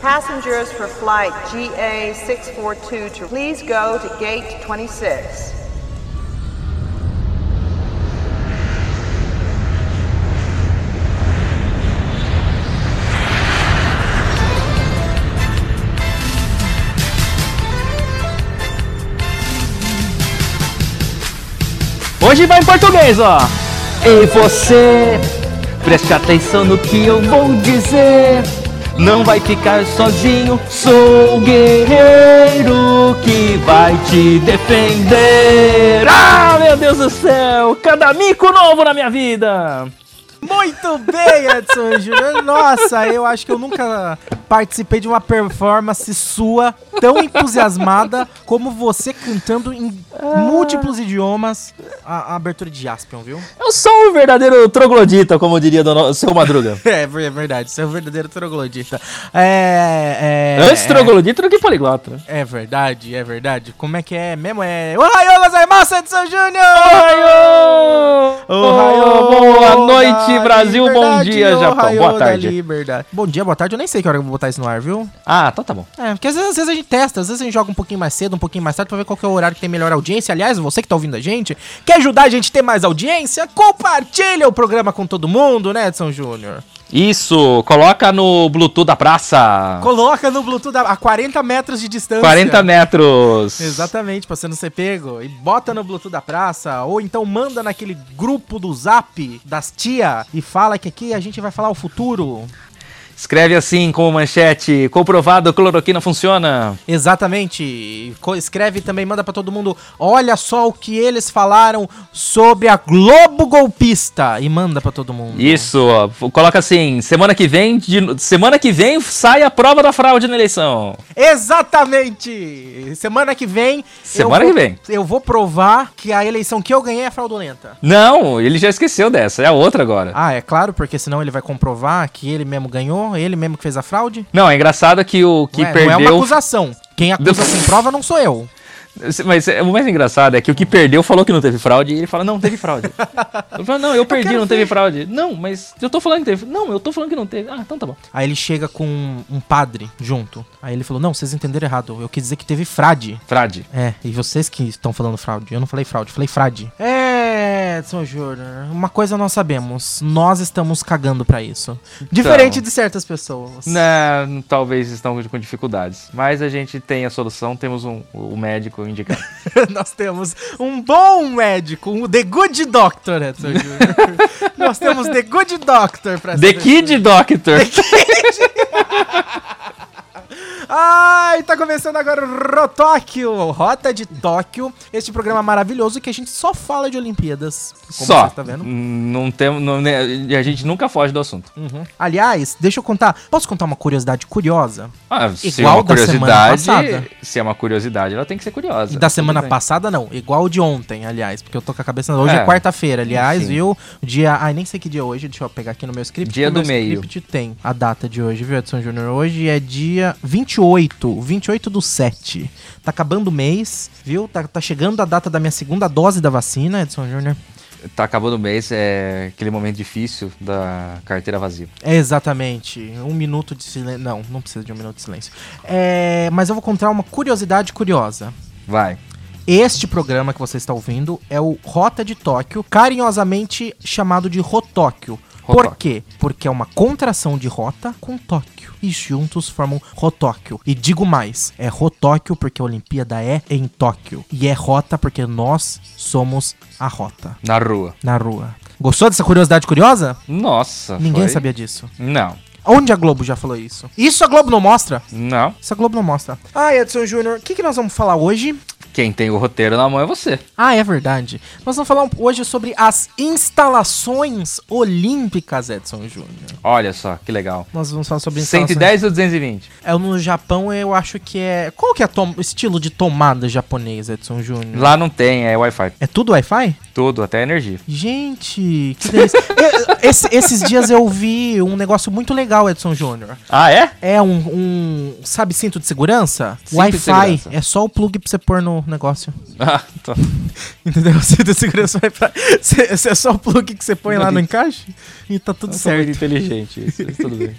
Passengers for flight GA642 to please go to gate 26. Hoje vai em português, ó. E você, preste atenção no que eu vou dizer. Não vai ficar sozinho, sou o guerreiro que vai te defender. Ah, meu Deus do céu, cada mico novo na minha vida. Muito bem, Edson Júnior. Nossa, eu acho que eu nunca participei de uma performance sua tão entusiasmada como você cantando em múltiplos idiomas a, a abertura de Jaspion, viu? Eu sou um verdadeiro troglodita, como diria o no- seu Madruga. É, ver- é verdade, você é um verdadeiro troglodita. É. é Antes troglodita do que poliglota. É verdade, é verdade. Como é que é mesmo? É. Ohayou gozaimasu, Edson Júnior! Ohaiô! Ohaiô! Boa noite, da Brasil! Bom liberdade, dia, Japão! ohayou Boa da tarde! liberdade. Bom dia, boa tarde. Eu nem sei que hora que eu vou botar isso no ar, viu? Ah, então tá bom. É, porque às vezes, às vezes a gente testa, às vezes a gente joga um pouquinho mais cedo, um pouquinho mais tarde, pra ver qual que é o horário que tem melhor audiência. Aliás, você que tá ouvindo a gente, quer ajudar a gente a ter mais audiência? Compartilha o programa com todo mundo, né, Edson Júnior? Isso, coloca no Bluetooth da praça. Coloca no Bluetooth a a 40 metros de distância. 40 metros. Exatamente, pra você não ser pego. E bota no Bluetooth da praça, ou então manda naquele grupo do Zap das tia e fala que aqui a gente vai falar o futuro. Escreve assim como manchete: comprovado cloroquina funciona. Exatamente. Co- Escreve também, manda pra todo mundo. Olha só o que eles falaram sobre a Globo golpista e manda pra todo mundo. Isso, ó, f- coloca assim: semana que vem, de no- semana que vem sai a prova da fraude na eleição. Exatamente. Semana que vem. eu Semana vou- que vem. Eu vou provar que a eleição que eu ganhei é fraudulenta. Não, ele já esqueceu dessa, é a outra agora. Ah, é claro, porque senão ele vai comprovar que ele mesmo ganhou, ele mesmo que fez a fraude. Não, é engraçado que o que Ué, Não é uma perdeu. acusação. Quem acusa sem prova não sou eu. Mas é, o mais engraçado é que o que perdeu falou que não teve fraude e ele fala, não, teve fraude. Ele fala, não, eu perdi, quero não teve fraude. Não, mas eu tô falando que teve. Não, eu tô falando que não teve. Ah, então tá bom. Aí ele chega com um padre junto. Aí ele falou: Não, vocês entenderam errado. Eu quis dizer que teve fraude. Fraude. É, e vocês que estão falando fraude. Eu não falei fraude, eu falei fraude. É, Edson Júnior. Uma coisa nós sabemos: nós estamos cagando pra isso. Diferente de certas pessoas. Não, talvez estão com dificuldades. Mas a gente tem a solução, temos um, o médico indicado. nós temos um bom médico, um The Good Doctor, Edson Júnior. nós temos The Good Doctor pra The essa Kid Doctor. Ai, tá começando agora o Rotóquio, Rota de Tóquio. Este programa maravilhoso que a gente só fala de Olimpíadas. Como Só. Tá vendo? Hum, Não temos. não- né, a gente nunca foge do assunto. Hum. Uhum. Aliás, deixa eu contar. Posso contar uma curiosidade curiosa? Ah, se é Igual uma da semana curiosidade. passada. Se é uma curiosidade, ela tem que ser curiosa. E da semana Tudo bem. passada, não. Igual de ontem, aliás. Porque eu tô com a cabeça. Hoje é, É. quarta-feira, aliás, Enfim. viu? Dia. Ai, nem sei que dia é hoje. Deixa eu pegar aqui no meu script. Dia No do meu meio. script tem a data de hoje, viu, Edson Júnior? Hoje é dia 28. 28 do 7. Tá acabando o mês, viu? Tá, tá chegando a data da minha segunda dose da vacina, Edson Júnior. Tá acabando o mês, é aquele momento difícil da carteira vazia. É Exatamente. Um minuto de silêncio. Não, não precisa de um minuto de silêncio. É, mas eu vou contar uma curiosidade curiosa. Vai. Este programa que você está ouvindo é o Rota de Tóquio, carinhosamente chamado de Rotóquio. Por Rotóquio. quê? Porque é uma contração de rota com Tóquio. E juntos formam Rotóquio. E digo mais, é Rotóquio porque a Olimpíada é em Tóquio. E é rota porque nós somos a rota Na rua. na rua. Gostou dessa curiosidade curiosa? Nossa. Ninguém foi? sabia disso. Não. Onde a Globo já falou isso? Isso a Globo não mostra? Não. Isso a Globo não mostra. Ah, Edson Júnior, o que, que nós vamos falar hoje? Quem tem o roteiro na mão é você. Ah, é verdade. Nós vamos falar um- hoje sobre as instalações olímpicas, Edson Júnior. Olha só, que legal. Nós vamos falar sobre instalações. 110 ou 220? É, no Japão eu acho que é... Qual que é o estilo de tomada japonês, Edson Júnior? Lá não tem, é Wi-Fi. É tudo Wi-Fi? Tudo, até energia. Gente, que delícia. Eu- esse- esses dias eu vi um negócio muito legal, Edson Júnior. Ah, é? É um, um, sabe, cinto de segurança? Cinto de Wi-Fi. segurança. É só o plug pra você pôr no negócio. Ah, tá. Entendeu? tá Cinto de segurança Wi-Fi. Cê- cê É só o plug que você põe lá no encaixe e tá tudo Eu sou muito certo. inteligente isso, mas tudo bem.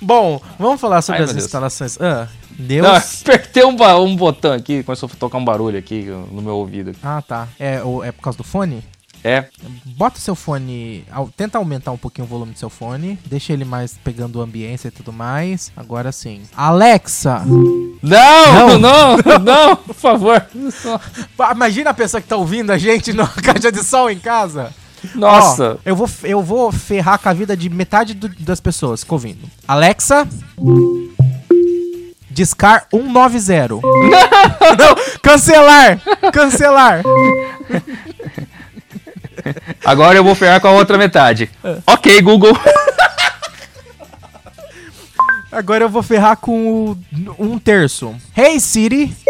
Bom, vamos falar sobre Ai, as meu Deus. instalações. Ah, Deus. Não, eu apertei um, ba- um botão aqui, começou a tocar um barulho aqui no meu ouvido. Ah, tá. É, o- é por causa do fone? É, Bota o seu fone. au- Tenta aumentar um pouquinho o volume do seu fone. Deixa ele mais pegando a ambiência e tudo mais. Agora sim. Alexa! Não, não, não, por favor. Pá, Imagina a pessoa que tá ouvindo a gente na caixa de som em casa. Nossa. Ó, eu, vou, eu vou ferrar com a vida de metade do- das pessoas que ouvindo. Alexa. Discar 190. Não, Cancelar! Cancelar! Agora eu vou ferrar com a outra metade. Ok, Google. Agora eu vou ferrar com o, um terço. Hey Siri.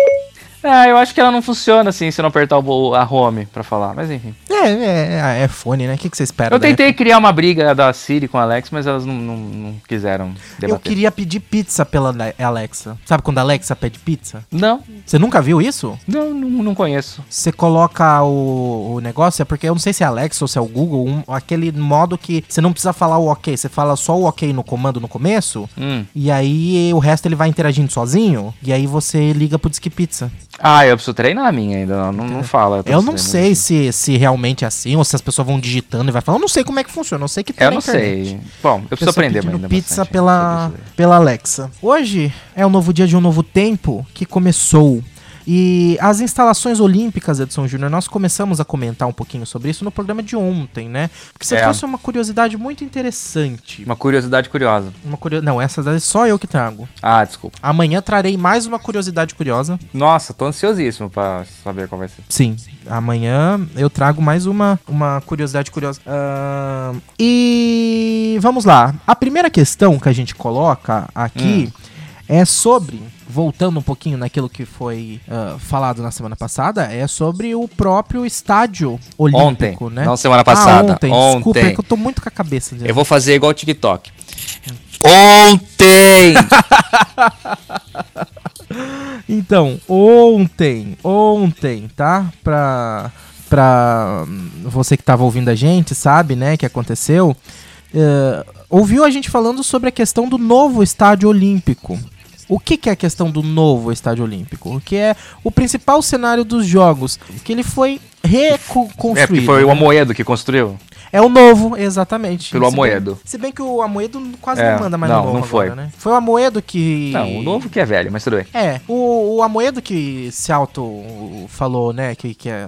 Ah, eu acho que ela não funciona assim se não apertar o bo- a home pra falar, mas enfim. É, é, é fone, né? O que, que você espera? Eu né? tentei criar uma briga da Siri com a Alex, mas elas não, não- não quiseram debater. Eu queria pedir pizza pela Ale- Alexa. Sabe quando a Alexa pede pizza? Não, Você nunca viu isso? não, não, não conheço. Você coloca o, o negócio, é porque eu não sei se é Alexa ou se é o Google, um- aquele modo que você não precisa falar o ok, você fala só o ok no comando no começo, Hum. e aí o resto ele vai interagindo sozinho, e aí você liga pro Disque Pizza. Ah, eu preciso treinar a minha ainda, não, não, não fala. tô É. Eu não precisando. sei se, se realmente é assim, ou se as pessoas vão digitando e vai falando. Eu não sei como é que funciona, eu sei que tem Eu na não internet. sei. Bom, eu preciso Pessoa aprender tá pedindo ainda. pizza bastante né? pela, sobre isso pela Alexa. Hoje é um novo dia de um novo tempo que começou. E as instalações olímpicas, Edson Júnior, nós começamos a comentar um pouquinho sobre isso no programa de ontem, né? Porque você É. trouxe uma curiosidade muito interessante. daí. Uma curiosidade curiosa. Uma curio... Não, essa daí só eu que trago. Ah, desculpa. Amanhã trarei mais uma curiosidade curiosa. Nossa, tô ansiosíssimo pra saber qual vai ser. Sim, amanhã eu trago mais uma, uma curiosidade curiosa. Ahn, e vamos lá. A primeira questão que a gente coloca aqui Hum. é sobre, voltando um pouquinho naquilo que foi ah, falado na semana passada, é sobre o próprio estádio olímpico, Ontem, né? não semana Ah, passada, ontem, desculpa, ontem. é que eu tô muito com a cabeça. Eu vou fazer igual o TikTok. Ontem! Então, ontem, ontem, tá? Pra, pra hum, você que tava ouvindo a gente, sabe, né, que aconteceu. eh, ouviu a gente falando sobre a questão do novo estádio olímpico. O que, que é a questão do novo estádio olímpico? O que é o principal cenário dos jogos, que ele foi é, porque reconstruído. foi o Amoedo que construiu. É o novo, exatamente. Pelo Se bem- Amoedo. Se bem que o Amoedo quase É, não manda mais não, no novo não foi. agora, né? Foi o Amoedo que... Não, o novo que é velho, mas tudo bem. É, o, o Amoedo que se auto falou, né, que, que é,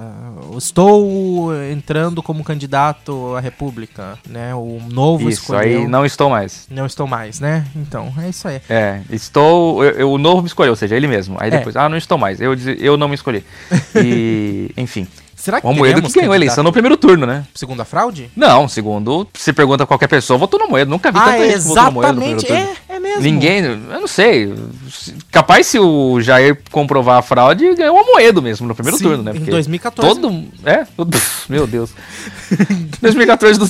estou entrando como candidato à república, né, o novo Isso, escolheu, aí não estou mais. não estou mais, né, então, é isso aí. É, estou. eu- eu- o novo me escolheu, ou seja, ele mesmo. Aí É. depois, ah, não estou mais. Eu, dizi- eu não me escolhi. E, enfim. Será que O Amoedo que teremos ganhou a candidato eleição no primeiro turno, né? Segunda fraude? Não, segundo, se pergunta a qualquer pessoa, votou no Moedo. Nunca vi Ah, tanta gente que votou no Moedo no primeiro exatamente, turno. é, é mesmo. Ninguém, eu não sei. se- Capaz se o Jair comprovar a fraude, ganhou o Amoedo mesmo no primeiro Sim, turno, né? em Porque 2014. Todo. É? todo- Meu Deus. 2014 do.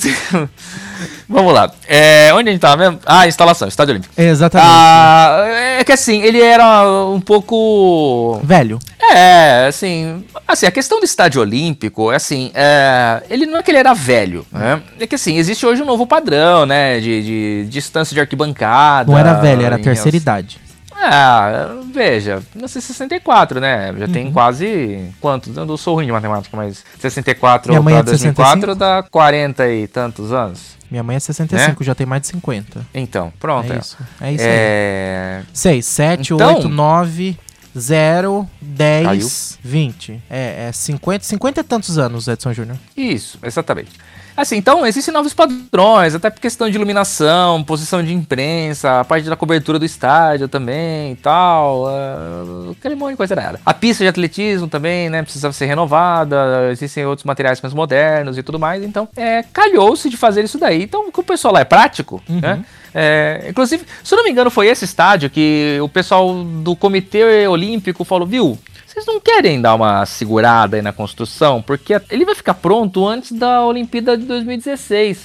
Vamos lá. É, onde a gente tava mesmo? Ah, instalação, Estádio Olímpico. Exatamente. Tá Ah, é que assim, ele era um pouco. Velho, É, assim, assim, a questão do estádio olímpico, assim, é, ele não é que ele era velho, né? É que assim, existe hoje um novo padrão, né? De, de distância de arquibancada. não era velho, era a em terceira relação- idade. Ah, veja, 1964, né? É. Já tem quase. Quanto? Eu não sou ruim de matemática, mas 64 Minha mãe pra é de 2004 dá 40 e tantos anos. Minha mãe é Né? 65, já tem mais de 50. Então, pronto. É é. isso, é isso aí. É, 6, 7, Então- 8, 9, 0, 10, Caiu. 20. É, é 50, 50 e tantos anos, Edson Júnior. Isso, exatamente. Assim, então, existem novos padrões, até por questão de iluminação, posição de imprensa, a parte da cobertura do estádio também e tal. ah, Aquele monte de coisa era. A pista de atletismo também, né? Precisava ser renovada, existem outros materiais mais modernos e tudo mais. Então, é, calhou-se de fazer isso daí. Então, o pessoal lá é prático, né? É, inclusive, se eu não me engano, foi esse estádio que o pessoal do Comitê Olímpico falou, viu? Vocês não querem dar uma segurada aí na construção? Porque ele vai ficar pronto antes da Olimpíada de 2016.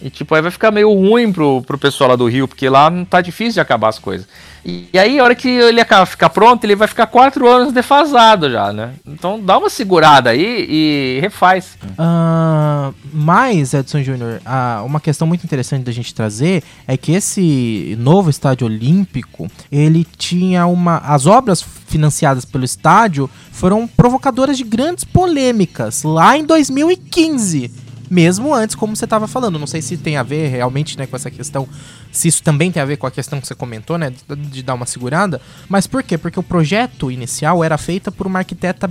E tipo, aí vai ficar meio ruim pro, pro pessoal lá do Rio, porque lá não tá difícil de acabar as coisas. E, e aí, a hora que ele acaba, ficar pronto, ele vai ficar quatro anos defasado já, né? Então dá uma segurada aí e refaz. Ah, mas, Edson Júnior, ah, uma questão muito interessante da gente trazer é que esse novo estádio olímpico, ele tinha uma... As obras financiadas pelo estádio foram provocadoras de grandes polêmicas lá em 2015. Mesmo antes, como você estava falando. Não sei se tem a ver realmente né, com essa questão, se isso também tem a ver com a questão que você comentou, né? De, de dar uma segurada. Mas por quê? Porque o projeto inicial era feita por uma arquiteta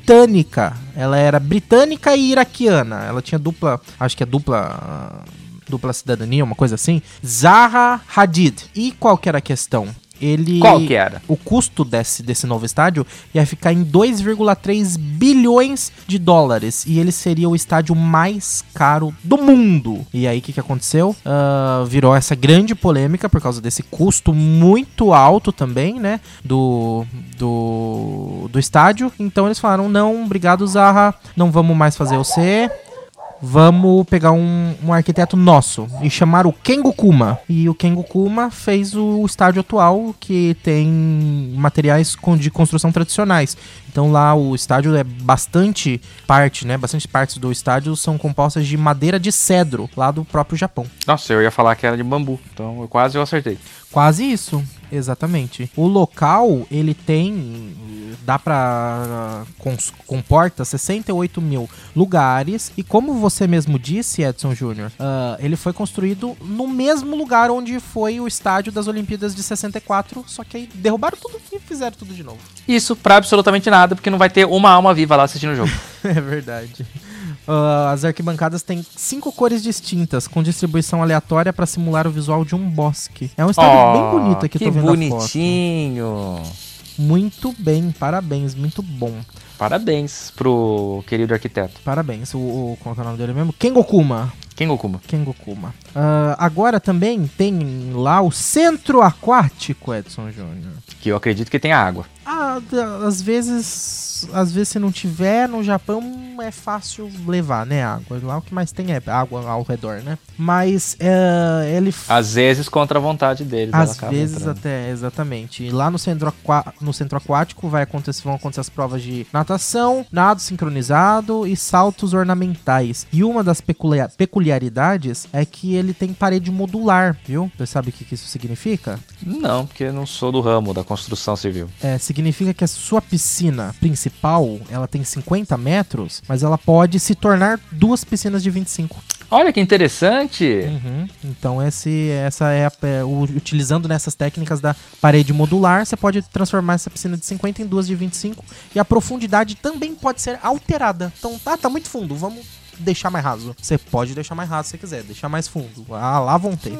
britânica. Ela era britânica e iraquiana. Ela tinha dupla. Acho que é dupla. ah, Dupla cidadania, uma coisa assim. Zaha Hadid. E qual que era a questão? Ele. Qual que era? O custo desse, desse novo estádio ia ficar em 2,3 bilhões de dólares. E ele seria o estádio mais caro do mundo. E aí, o que, que aconteceu? Ah, virou essa grande polêmica por causa desse custo muito alto também, né? Do, do, do estádio. Então eles falaram: não, obrigado, Zaha. Não vamos mais fazer você. Vamos pegar um, um arquiteto nosso e chamar o Kengo Kuma. E o Kengo Kuma fez o estádio atual que tem materiais con- de construção tradicionais. Então lá o estádio é bastante parte, né? Bastante partes do estádio são compostas de madeira de cedro, lá do próprio Japão. Nossa, eu ia falar que era de bambu, então eu quase eu acertei. Quase isso, exatamente. O local, ele tem. dá pra. cons- comporta 68 mil lugares. E como você mesmo disse, Edson Júnior, ah, ele foi construído no mesmo lugar onde foi o estádio das Olimpíadas de 64. Só que aí derrubaram tudo e fizeram tudo de novo. Isso pra absolutamente nada, porque não vai ter uma alma viva lá assistindo o jogo. É verdade. Ah, as arquibancadas têm cinco cores distintas, com distribuição aleatória pra simular o visual de um bosque. É um estádio bem bonito aqui, que tô vendo a foto. bonitinho. Muito bem, parabéns, muito bom. Parabéns pro querido arquiteto. Parabéns. O, o, qual que é o nome dele mesmo? Kengokuma. Quem Gokuma? Kengokuma. Ah, agora também tem lá o Centro Aquático, Edson Júnior. Que eu acredito que tem água. Ah, d- às vezes. Às vezes se não tiver no Japão é fácil levar, né? Água. Lá o que mais tem é água ao redor, né? Mas eh, ele Às vezes contra a vontade deles. ela Às acaba vezes entrando. até, exatamente. E lá no centro, aqua- no centro aquático vai acontecer, vão acontecer as provas de natação, nado sincronizado e saltos ornamentais. E uma das peculia- peculiaridades é que ele tem parede modular, viu? Você sabe o que, que isso significa? Não, porque eu não sou do ramo da construção civil. É, significa que a sua piscina principal, ela tem 50 metros, mas ela pode se tornar duas piscinas de 25. Olha que interessante. Uhum. Então esse, essa é, a- é o- utilizando nessas técnicas da parede modular, você pode transformar essa piscina de 50 em duas de 25 e a profundidade também pode ser alterada. Então tá, tá muito fundo, vamos deixar mais raso. Você pode deixar mais raso se você quiser, deixar mais fundo. Ah, lá vão ter.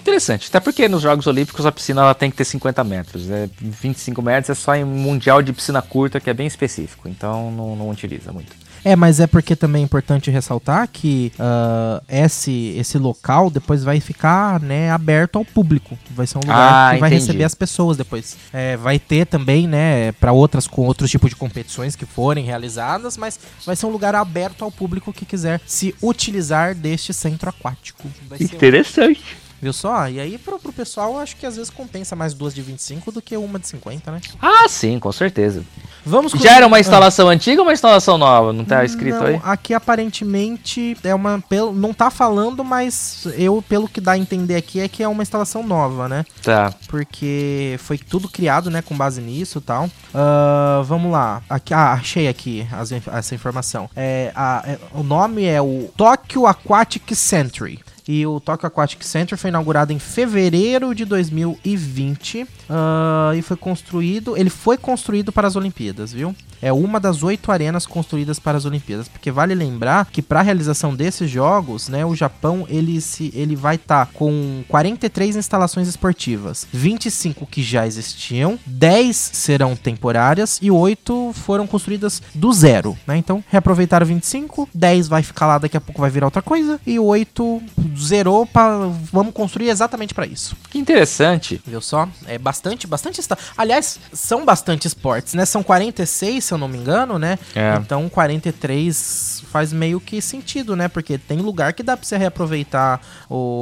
Interessante. Até porque nos Jogos Olímpicos a piscina ela tem que ter 50 metros. Né? 25 metros é só em mundial de piscina curta, que é bem específico. Então não, não utiliza muito. É, mas é porque também é importante ressaltar que ah, esse, esse local depois vai ficar né, aberto ao público. Vai ser um lugar Ah, que vai entendi. receber as pessoas depois. É, vai ter também, né, para outras com outros tipos de competições que forem realizadas, mas vai ser um lugar aberto ao público que quiser se utilizar deste centro aquático. Vai ser Interessante. um- viu só? E aí pro, pro pessoal, eu acho que às vezes compensa mais duas de 25 do que uma de 50, né? Ah, sim, com certeza. Vamos com- Já era uma instalação antiga ou uma instalação nova? Não tá escrito não, aí? Aqui aparentemente é uma. pelo- Não tá falando, mas eu, pelo que dá a entender aqui, é que é uma instalação nova, né? Tá. Porque foi tudo criado, né, com base nisso e tal. Ah, vamos lá. Aqui, ah, achei aqui as inf- essa informação. É, a- é- o nome é o Tokyo Aquatic Century. E o Tokyo Aquatic Center foi inaugurado em fevereiro de 2020 ah, e foi construído. Ele foi construído para as Olimpíadas, viu? É uma das oito arenas construídas para as Olimpíadas, porque vale lembrar que para a realização desses jogos, né, o Japão ele se ele vai estar com 43 instalações esportivas, 25 que já existiam, 10 serão temporárias e 8 foram construídas do zero, né? Então, reaproveitaram 25, 10 vai ficar lá daqui a pouco vai virar outra coisa e 8 zerou para vamos construir exatamente para isso. Que interessante. Viu só? É bastante, bastante. esta- Aliás, são bastante esportes, né? São 46, se eu eu não me engano, né? É. Então 43 faz meio que sentido, né? Porque tem lugar que dá pra você reaproveitar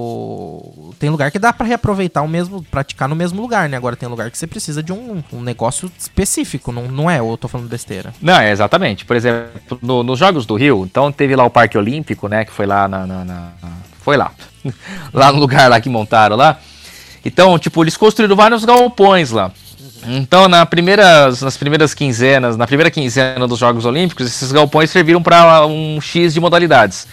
o tem lugar que dá pra reaproveitar o mesmo, praticar no mesmo lugar, né? Agora tem lugar que você precisa de um, um negócio específico, não, não é, ou eu tô falando besteira. Não, é, exatamente. Por exemplo, no- nos Jogos do Rio, então teve lá o Parque Olímpico, né? Que foi lá na. na- na- na- foi lá. lá no lugar lá que montaram lá. Então, tipo, eles construíram vários galpões lá. Então, na primeiras, nas primeiras quinzenas, na primeira quinzena dos Jogos Olímpicos, esses galpões serviram para um X de modalidades.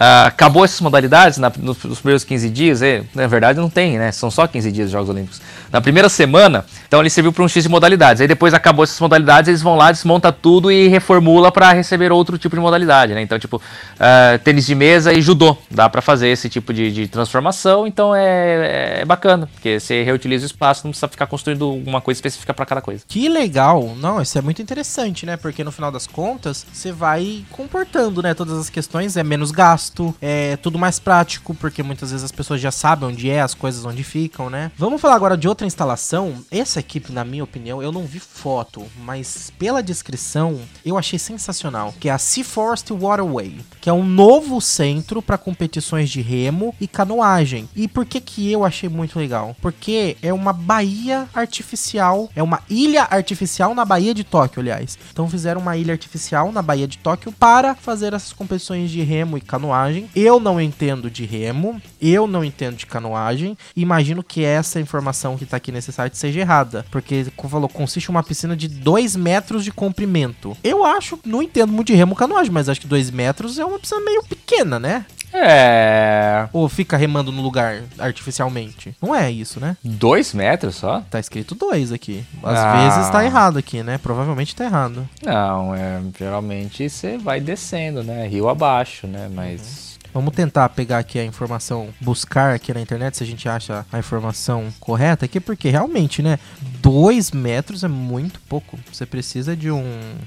Ah, acabou essas modalidades na- no- nos primeiros 15 dias, eh, na verdade não tem, né? São só 15 dias de Jogos Olímpicos. Na primeira semana, então ele serviu para um X de modalidades. Aí depois acabou essas modalidades, eles vão lá, desmonta tudo e reformula para receber outro tipo de modalidade, né? Então, tipo, ah, tênis de mesa e judô. Dá para fazer esse tipo de, de transformação, então é, é bacana, porque você reutiliza o espaço, não precisa ficar construindo uma coisa específica para cada coisa. Que legal! Não, isso é muito interessante, né? Porque no final das contas, você vai comportando, né? Todas as questões, é menos gasto, é tudo mais prático, porque muitas vezes as pessoas já sabem onde é, as coisas onde ficam, né? Vamos falar agora de outra instalação. Essa equipe, na minha opinião, eu não vi foto, mas pela descrição eu achei sensacional, que é a Sea Forest Waterway, que é um novo centro para competições de remo e canoagem. E por que que eu achei muito legal? Porque é uma baía artificial, é uma ilha artificial na Baía de Tóquio, aliás. Então fizeram uma ilha artificial na Baía de Tóquio para fazer essas competições de remo e canoagem. Eu não entendo de remo, eu não entendo de canoagem. Imagino que essa informação que tá aqui nesse site seja errada, porque como falou consiste em uma piscina de 2 metros de comprimento. Eu acho, não entendo muito de remo e canoagem, mas acho que 2 metros é uma piscina meio pequena, né? É. Ou fica remando no lugar artificialmente. Não é isso, né? Dois metros só? Tá escrito 2 aqui. Às Ah. vezes tá errado aqui, né? Provavelmente tá errado. Não, é, geralmente você vai descendo, né? Rio abaixo, né? Mas. Vamos tentar pegar aqui a informação, buscar aqui na internet se a gente acha a informação correta aqui, porque realmente, né? 2 metros é muito pouco. Você precisa de um.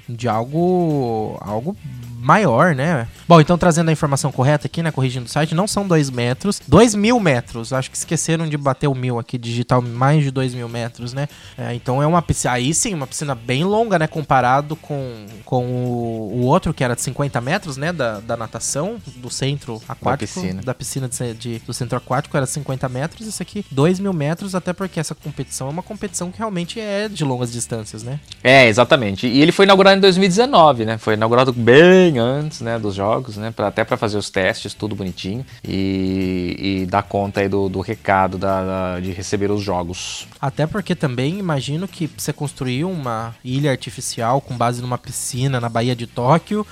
de algo. algo maior, né? Bom, então trazendo a informação correta aqui, né? Corrigindo o site, não são 2 metros, 2 mil metros. Acho que esqueceram de bater o mil aqui, digital mais de 2 mil metros, né? É, então é uma piscina. Aí sim, uma piscina bem longa, né? Comparado com, com o, o outro, que era de 50 metros, né? Da, da natação, do centro aquático. piscina. Da piscina de ce- de- do centro aquático era 50 metros. Isso aqui, 2 mil metros, até porque essa competição é uma competição que realmente é de longas distâncias, né? É, exatamente. E ele foi inaugurado em 2019, né? Foi inaugurado bem antes, né, dos jogos, né? Pra, até para fazer os testes, tudo bonitinho. E, e dar conta aí do, do recado da- da- de receber os jogos. Até porque também imagino que você construir uma ilha artificial com base numa piscina na Baía de Tóquio,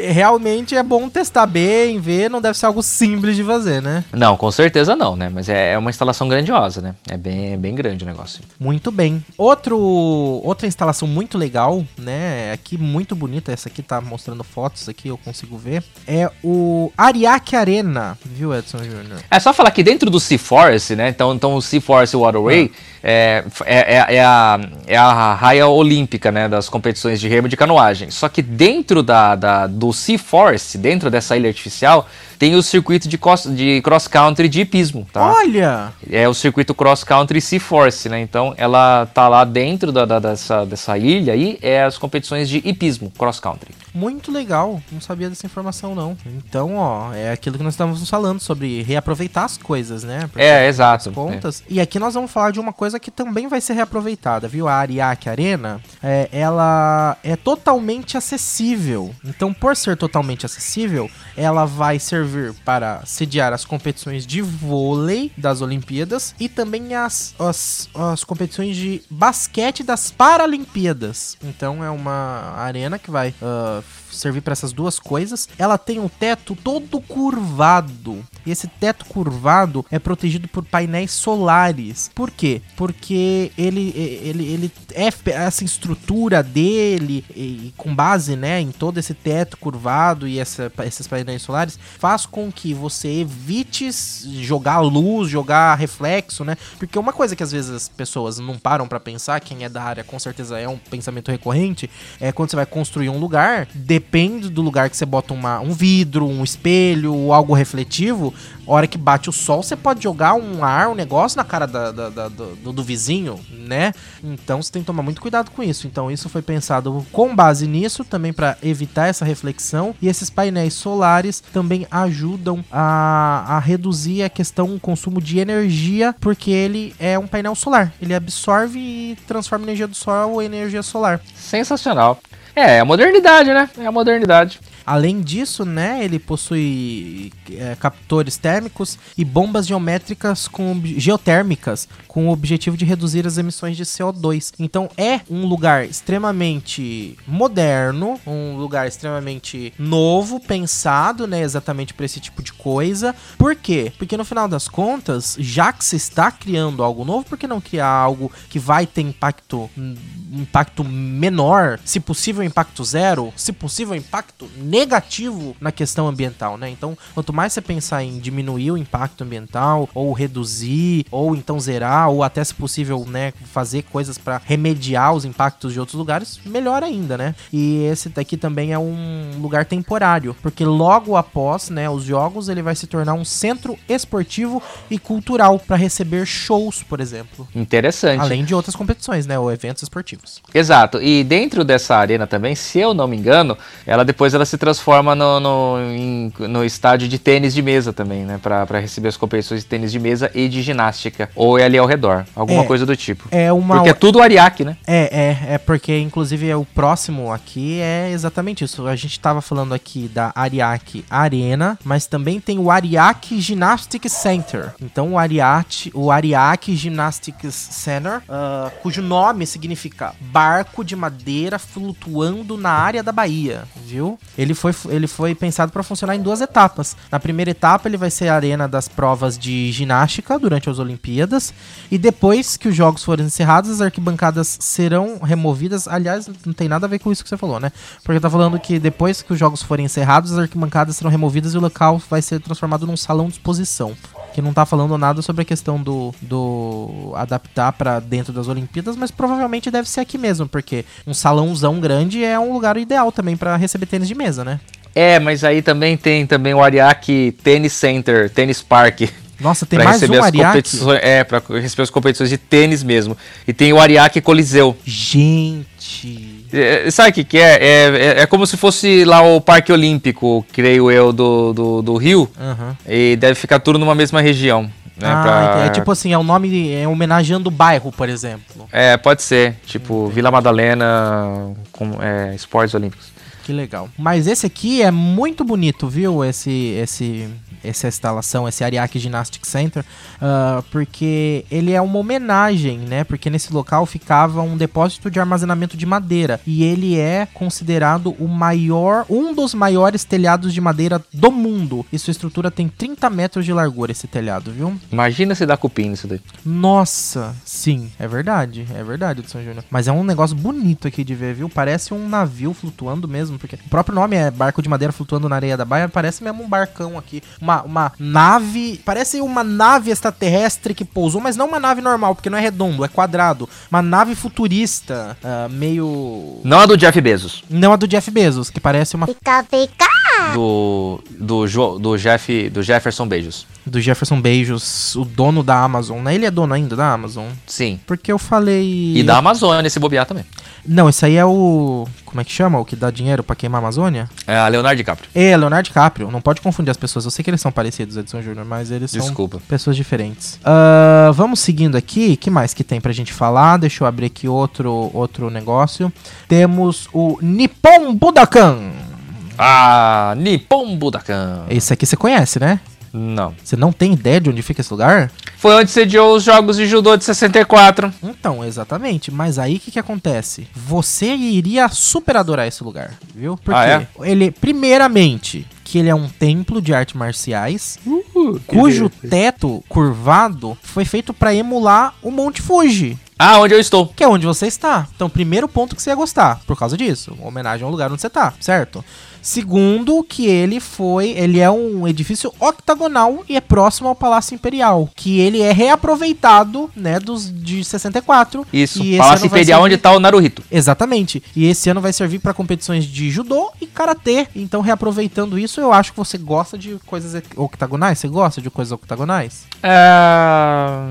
realmente é bom testar bem, ver, não deve ser algo simples de fazer, né? Não, com certeza não, né? Mas é, é uma instalação grandiosa, né? É bem, é bem grande o negócio. Muito bem. Outro, outra instalação muito legal, né? Aqui muito bonita, essa aqui tá mostrando fotos aqui, eu consigo ver. É o Ariake Arena, viu, Edson Júnior? É só falar que dentro do Sea Forest, né? Então, então o Sea Forest Waterway Ah. é, é, é- é a, é a raia olímpica, né? Das competições de remo e de canoagem. Só que dentro da, da- do Sea Forest, dentro dessa ilha artificial, tem o circuito de, cos- de cross-country de hipismo, tá? Olha! É o circuito Cross Country Sea Force, né? Então ela tá lá dentro da, da- dessa, dessa ilha aí, é as competições de hipismo, Cross Country. Muito legal, não sabia dessa informação não. Então, ó, é aquilo que nós estávamos falando sobre reaproveitar as coisas, né? Porque É, exato. as contas. E aqui nós vamos falar de uma coisa que também vai ser reaproveitada, viu? A Ariake Arena, é, ela é totalmente acessível. Então, por ser totalmente acessível, ela vai servir para sediar as competições de vôlei das Olimpíadas e também as, as, as competições de basquete das Paralimpíadas. Então, é uma arena que vai ah, servir para essas duas coisas. Ela tem um teto todo curvado. E esse teto curvado é protegido por painéis solares. Por quê? Porque ele, ele, ele é fe- essa estrutura dele, e, e com base né, em todo esse teto curvado e essa- esses painéis solares, faz com que você evite s- jogar luz, jogar reflexo, né? Porque uma coisa que às vezes as pessoas não param para pensar, quem é da área com certeza é um pensamento recorrente, é quando você vai construir um lugar, depende do lugar que você bota uma- um vidro, um espelho, algo refletivo, a hora que bate o sol, você pode jogar um ar, um negócio na cara da- da- da- do, do- do vizinho, né? Então você tem que tomar muito cuidado com isso. Então isso foi pensado com base nisso, também para evitar essa reflexão. E esses painéis solares também ajudam a, a reduzir a questão do consumo de energia, porque ele é um painel solar. Ele absorve e transforma energia do sol em energia solar. Sensacional. É, é a modernidade, né? É a modernidade. Além disso, né, ele possui é, captores térmicos e bombas geométricas com ob- geotérmicas com o objetivo de reduzir as emissões de CO2. Então é um lugar extremamente moderno, um lugar extremamente novo, pensado, né, exatamente para esse tipo de coisa. Por quê? Porque no final das contas, já que se está criando algo novo, por que não criar algo que vai ter impacto um impacto menor, se possível impacto zero, se possível impacto negativo na questão ambiental, né? Então, quanto mais você pensar em diminuir o impacto ambiental ou reduzir ou então zerar ou até se possível, né, fazer coisas para remediar os impactos de outros lugares, melhor ainda, né? E esse daqui também é um lugar temporário, porque logo após, né, os jogos, ele vai se tornar um centro esportivo e cultural para receber shows, por exemplo. Interessante. Além de outras competições, né? Ou eventos esportivos. Exato. E dentro dessa arena também, se eu não me engano, ela depois ela se transforma no, no, em- no estádio de tênis de mesa também, né? Pra, pra receber as competições de tênis de mesa e de ginástica. Ou é ali ao redor. Alguma É. coisa do tipo. É uma. Porque é tudo Ariake, né? É, é, é porque, inclusive, é o próximo aqui é exatamente isso. A gente tava falando aqui da Ariake Arena, mas também tem o Ariake Gymnastic Center. Então, o Ariake, o Ariake Gymnastic Center, ah, cujo nome significa barco de madeira flutuando na área da Bahia, viu? Ele foi, ele foi pensado para funcionar em duas etapas. Na primeira etapa, ele vai ser a arena das provas de ginástica durante as Olimpíadas. E depois que os jogos forem encerrados, as arquibancadas serão removidas. Aliás, não tem nada a ver com isso que você falou, né? Porque tá falando que depois que os jogos forem encerrados, as arquibancadas serão removidas e o local vai ser transformado num salão de exposição. Que não tá falando nada sobre a questão do, do adaptar para dentro das Olimpíadas, mas provavelmente deve ser aqui mesmo, porque um salãozão grande é um lugar ideal também para receber tênis de mesa, né? É, mas aí também tem também o Ariake Tennis Center, Tênis Park. Nossa, tem pra mais receber um as Ariake. competições. É, pra receber as competições de tênis mesmo. E tem o Ariake Coliseu. Gente. É, sabe o que, que é? É, é- é como se fosse lá o Parque Olímpico, creio eu, do, do, do Rio. Aham. E deve ficar tudo numa mesma região. Né, ah, pra- é tipo assim, é um nome é homenageando o bairro, por exemplo. É, pode ser. Tipo, Vila Madalena com é, esportes olímpicos. Que legal. Mas esse aqui é muito bonito, viu? Esse, esse, essa instalação, esse Ariake Gymnastic Center, ah, porque ele é uma homenagem, né? Porque nesse local ficava um depósito de armazenamento de madeira e ele é considerado o maior, um dos maiores telhados de madeira do mundo. E sua estrutura tem 30 metros de largura esse telhado, viu? Imagina se dá cupim nisso daí. Nossa, sim, é verdade, é verdade, Edson Júnior. Mas é um negócio bonito aqui de ver, viu? Parece um navio flutuando mesmo, porque o próprio nome é barco de madeira flutuando na areia da baia, parece mesmo um barcão aqui, uma, uma nave, parece uma nave extraterrestre que pousou, mas não uma nave normal, porque não é redondo, é quadrado, uma nave futurista, ah, meio... Não a do Jeff Bezos. Não a do Jeff Bezos, que parece uma Fica, fica. Do. Do, Jo- do, Jeff, do Jefferson Beijos. do Jefferson Bezos, o dono da Amazon, né? Ele é dono ainda da Amazon? Sim. Porque eu falei... E, da Amazônia, se bobear também. Não, isso aí é o. Como é que chama? O que dá dinheiro pra queimar a Amazônia? É a Leonardo DiCaprio. É, Leonardo DiCaprio. Não pode confundir as pessoas. Eu sei que eles são parecidos, Edson Júnior, mas eles são Desculpa. pessoas diferentes. Ah, vamos seguindo aqui. que mais que tem pra gente falar? Deixa eu abrir aqui outro, outro negócio. Temos o Nippon Budokan. Ah, Nippon Budokan. Esse aqui você conhece, né? Não. Você não tem ideia de onde fica esse lugar? Foi onde sediou os Jogos de Judô de 64. Então, exatamente. Mas aí o que, que acontece? Você iria super adorar esse lugar, viu? Porque Ah, é? ele, primeiramente, que ele é um templo de artes marciais, Uh, cujo teto curvado foi feito pra emular o Monte Fuji. Ah, onde eu estou. que é onde você está. Então, primeiro ponto que você ia gostar, por causa disso. Uma homenagem ao lugar onde você está, certo? Segundo, que ele foi. Ele é um edifício octagonal e é próximo ao Palácio Imperial. Que ele é reaproveitado, né, dos de 64. Isso, E esse Palácio ano vai Imperial, servir- onde tá o Naruhito. Exatamente. E esse ano vai servir para competições de judô e karatê. Então, reaproveitando isso, eu acho que você gosta de coisas e- octagonais. Você gosta de coisas octagonais? Ah,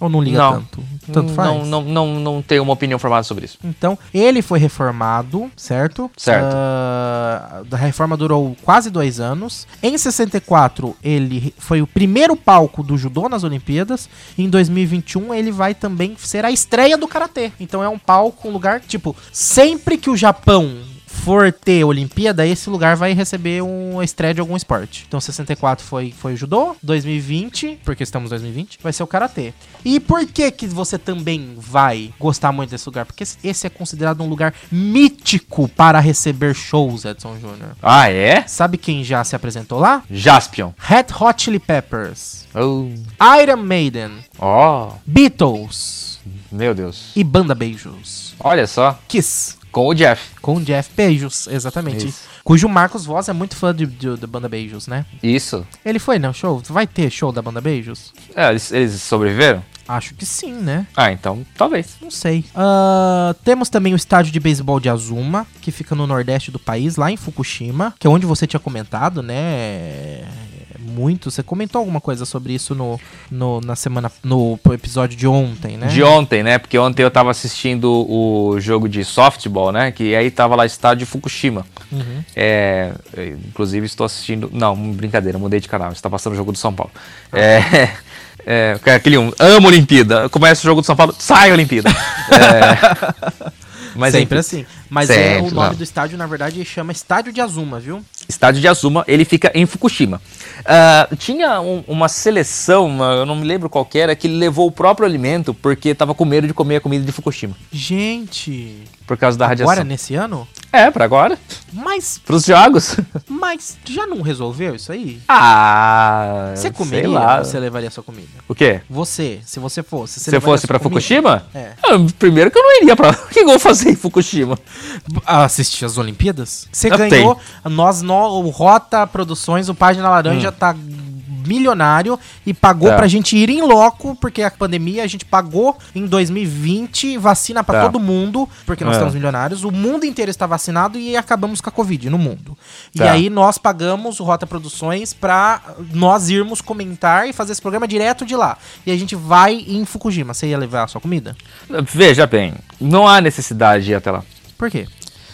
Ou não liga Não. tanto? Tanto faz? Não, não, não, não tenho uma opinião formada sobre isso. Então, ele foi reformado, certo? Certo. Ah, a reforma durou quase dois anos. Em 64, ele re- foi o primeiro palco do judô nas Olimpíadas. Em 2021, ele vai também ser a estreia do karatê. Então, é um palco, um lugar, tipo, sempre que o Japão for ter Olimpíada, esse lugar vai receber uma estreia de algum esporte. Então 64 foi, foi o judô, 2020, porque estamos em 2020, vai ser o karatê. E por que que você também vai gostar muito desse lugar? Porque esse- esse é considerado um lugar mítico para receber shows, Edson Júnior. Ah, é? Sabe quem já se apresentou lá? Jaspion. Red Hot Chili Peppers, Oh, Iron Maiden, oh, Beatles meu Deus. e Banda Beijos. Olha só, Kiss. com o Jeff. Com o Jeff Beijos, exatamente. Isso. Cujo Marcos Voz é muito fã de- de- da Banda Beijos, né? Isso. Ele foi, não, show? Vai ter show da banda Beijos? É, eles, eles sobreviveram? Acho que sim, né? Ah, então, talvez. Não sei. Ah, temos também o estádio de beisebol de Azuma, que fica no nordeste do país, lá em Fukushima, que é onde você tinha comentado, né? Muito. Você comentou alguma coisa sobre isso no, no, na semana, no episódio de ontem, né? De ontem, né? Porque ontem eu tava assistindo o jogo de softball, né? Que aí tava lá estádio Fukushima. Uhum. É, é, inclusive estou assistindo. Não, brincadeira, mudei de canal. Está passando o jogo do São Paulo. Ah. É, é, que é aquele um. Amo Olimpíada. Começa o jogo do São Paulo, sai Olimpíada. É, mas Sempre enfim. assim. Mas é, Sempre, o nome não. do estádio, na verdade, chama Estádio de Azuma, viu? estádio de Azuma, ele fica em Fukushima. Ah, tinha um- uma seleção, uma- eu não me lembro qual que era, que levou o próprio alimento porque tava com medo de comer a comida de Fukushima, Gente. por causa da radiação. Agora, nesse ano? É, pra agora, Mas, pros jogos. mas já não resolveu isso aí? Ah, Você sei comeria lá. ou você levaria sua comida? O quê? Você, se você fosse. Se eu fosse pra Fukushima? É. Ah, primeiro que eu não iria pra... O que eu vou fazer em Fukushima? Assistir as Olimpíadas? Você Eu ganhou. Nós, no, o Rota Produções, o Página Laranja tá milionário e pagou Hum. Tá. pra gente ir em loco, porque a pandemia a gente pagou em 2020, vacina pra Tá. todo mundo, porque nós É. estamos milionários, o mundo inteiro está vacinado e acabamos com a Covid no mundo. E Tá. aí nós pagamos o Rota Produções pra nós irmos comentar e fazer esse programa direto de lá. E a gente vai em Fukushima. Você ia levar a sua comida? Veja bem, não há necessidade de ir até lá. Por quê?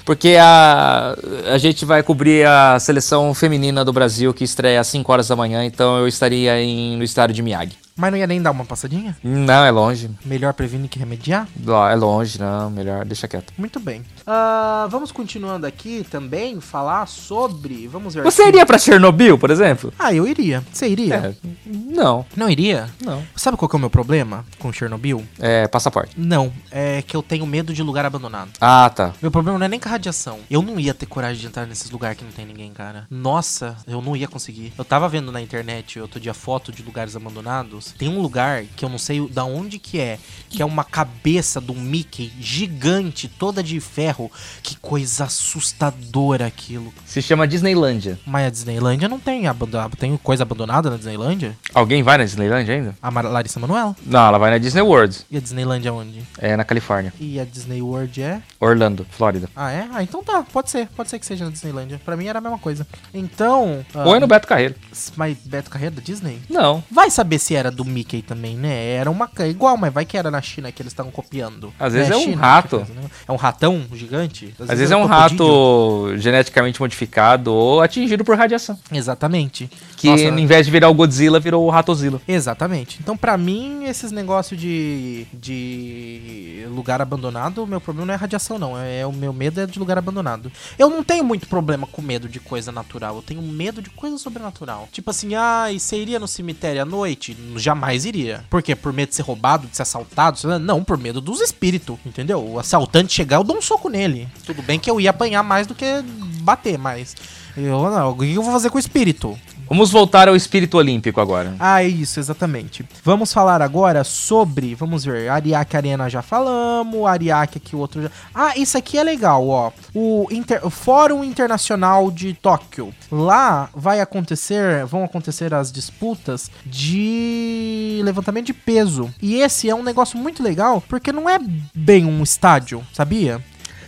Porque a, a gente vai cobrir a seleção feminina do Brasil que estreia às 5 horas da manhã, então eu estaria em- no estádio de Miyagi. Mas não ia nem dar uma passadinha? Não, é longe. Melhor prevenir que remediar? Ó, É longe, não, melhor deixa quieto. Muito bem. Ah, vamos continuando aqui também falar sobre. Vamos ver. Você aqui. iria pra Chernobyl, por exemplo? Ah, eu iria. Você iria? É, não, Não iria? não. Sabe qual que é o meu problema com Chernobyl? É, passaporte. Não, é que eu tenho medo de lugar abandonado. Ah, tá. Meu problema não é nem com a radiação. Eu não ia ter coragem de entrar nesses lugares que não tem ninguém, cara. Nossa, eu não ia conseguir. Eu tava vendo na internet outro dia foto de lugares abandonados. Tem um lugar que eu não sei o- da onde que é, que é uma cabeça do Mickey gigante, toda de ferro. Que coisa assustadora aquilo. Se chama Disneylândia. Mas a Disneylândia não tem abandonado. Tem coisa abandonada na Disneylândia? Alguém vai na Disneylândia ainda? A Mar- Larissa Manoela? Não, ela vai na Disney World, E a Disneylândia é onde? é na Califórnia. E a Disney World é? Orlando, Flórida. Ah, é? Ah, então tá, pode ser, pode ser que seja na Disneylândia. Pra mim era a mesma coisa. Então. ah, Ou é no Beto Carreiro. Mas Beto Carreiro da Disney? Não. Vai saber se era do Mickey também, né? Era uma ca- igual, mas vai que era na China que eles estavam copiando. Às Né? vezes é um China, rato. que faz, né? É um ratão gigante? Às vezes é um crocodilo. rato geneticamente modificado ou atingido por radiação. Exatamente. Que Nossa, né? em vez de virar o Godzilla, virou o Ratozilla. Exatamente. Então, pra mim, esses negócios de, de lugar abandonado, o meu problema não é radiação, não. É, é o meu medo é de lugar abandonado. Eu não tenho muito problema com medo de coisa natural. Eu tenho medo de coisa sobrenatural. Tipo assim, ah, e você iria no cemitério à noite? Jamais iria. Por quê? Por medo de ser roubado, de ser assaltado? sei lá. Não, por medo dos espíritos, entendeu? O assaltante chegar, eu dou um soco nele. Tudo bem que eu ia apanhar mais do que bater, mas... Eu não, o que eu vou fazer com o espírito? Vamos voltar ao espírito olímpico agora. Ah, é isso, exatamente. Vamos falar agora sobre, vamos ver, Ariake Arena já falamos, Ariake aqui o outro já... Ah, isso aqui é legal, ó. O, Inter- o Fórum Internacional de Tóquio. Lá vai acontecer, vão acontecer as disputas de levantamento de peso. E esse é um negócio muito legal, porque não é bem um estádio, sabia?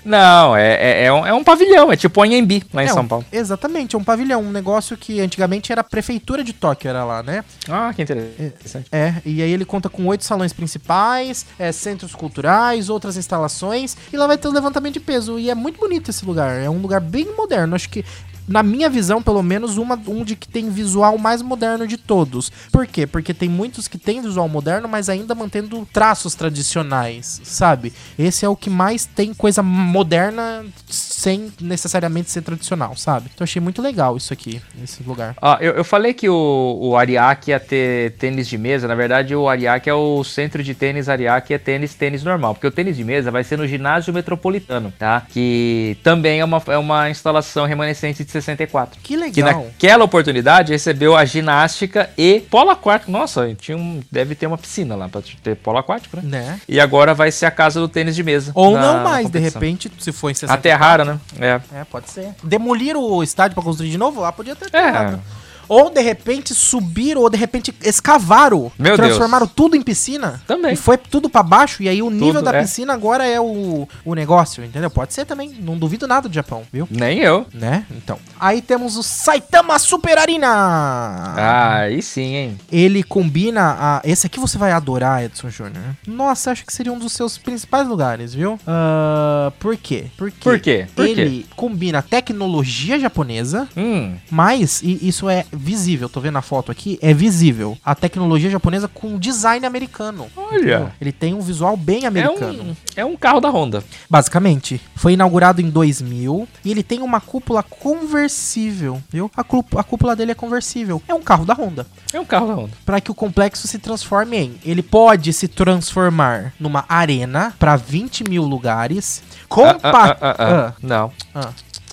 Não, é, é, é um, é um pavilhão, é tipo o Anhembi lá em Ah. É São um- Paulo. Exatamente, é um pavilhão, um negócio que antigamente era a prefeitura de Tóquio, era lá, né? Ah, que interessante. É, e aí ele conta com oito salões principais, é, centros culturais, outras instalações, e lá vai ter o levantamento de peso. E é muito bonito esse lugar, é um lugar bem moderno. Acho que, na minha visão, pelo menos, uma, um de que tem visual mais moderno de todos. Por quê? Porque tem muitos que tem visual moderno, mas ainda mantendo traços tradicionais, sabe? Esse é o que mais tem coisa moderna sem necessariamente ser tradicional, sabe? Então achei muito legal isso aqui, esse lugar. Ah, eu, eu falei que o, o Ariake ia ter tênis de mesa. Na verdade, o Ariake é o centro de tênis Ariake, é tênis, tênis normal. Porque o tênis de mesa vai ser no ginásio metropolitano, tá? Que também é uma, é uma instalação remanescente de 64. Que Que legal! naquela oportunidade recebeu a ginástica e polo aquático. Nossa, tinha um, deve ter uma piscina lá pra ter polo aquático, né? Né? E agora vai ser a casa do tênis de mesa. Ou na- não na mais, de competição. repente, se for em 60. Aterraram, né? É. É, pode ser. Demolir o estádio pra construir de novo, lá podia ter É. aterrado. Ou de repente subir, ou de repente escavaram, Meu Deus. transformaram tudo em piscina. Também. E foi tudo pra baixo, e aí o nível da é. piscina agora é o, o negócio, entendeu? Pode ser também, não duvido nada do Japão, viu? Nem eu. Né? Então. Aí temos o Saitama Super Arena! Ah, aí sim, hein? Ele combina a. Esse aqui você vai adorar, Edson Júnior. Nossa, acho que seria um dos seus principais lugares, viu? Ah, por quê? Porque Por quê? Por quê? ele combina tecnologia japonesa, Hum. mas, e isso é visível, tô vendo a foto aqui, é visível. A tecnologia japonesa com design americano. Olha. Ele tem um visual bem É americano. um, é um carro da Honda. Basicamente, foi inaugurado em 2000 e ele tem uma cúpula conversível, viu? A, clu- a cúpula dele é conversível. É um carro da Honda. É um carro da Honda. Pra que o complexo se transforme em. Ele pode se transformar numa arena pra 20 mil lugares. Ah, Compa... ah, ah, ah, ah. Ah, Não. ah.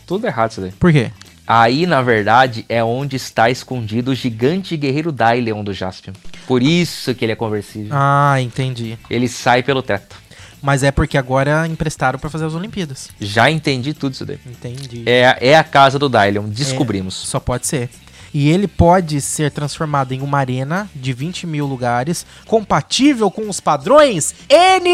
Tudo errado isso daí. Por quê? Aí, na verdade, é onde está escondido o gigante guerreiro Daileon do Jaspion. Por isso que ele é conversível. Ah, entendi. Ele sai pelo teto. Mas é porque agora emprestaram pra fazer as Olimpíadas. Já entendi tudo isso daí. Entendi. É, é a casa do Dylion, descobrimos. Só pode ser. E ele pode ser transformado em uma arena de 20 mil lugares, compatível com os padrões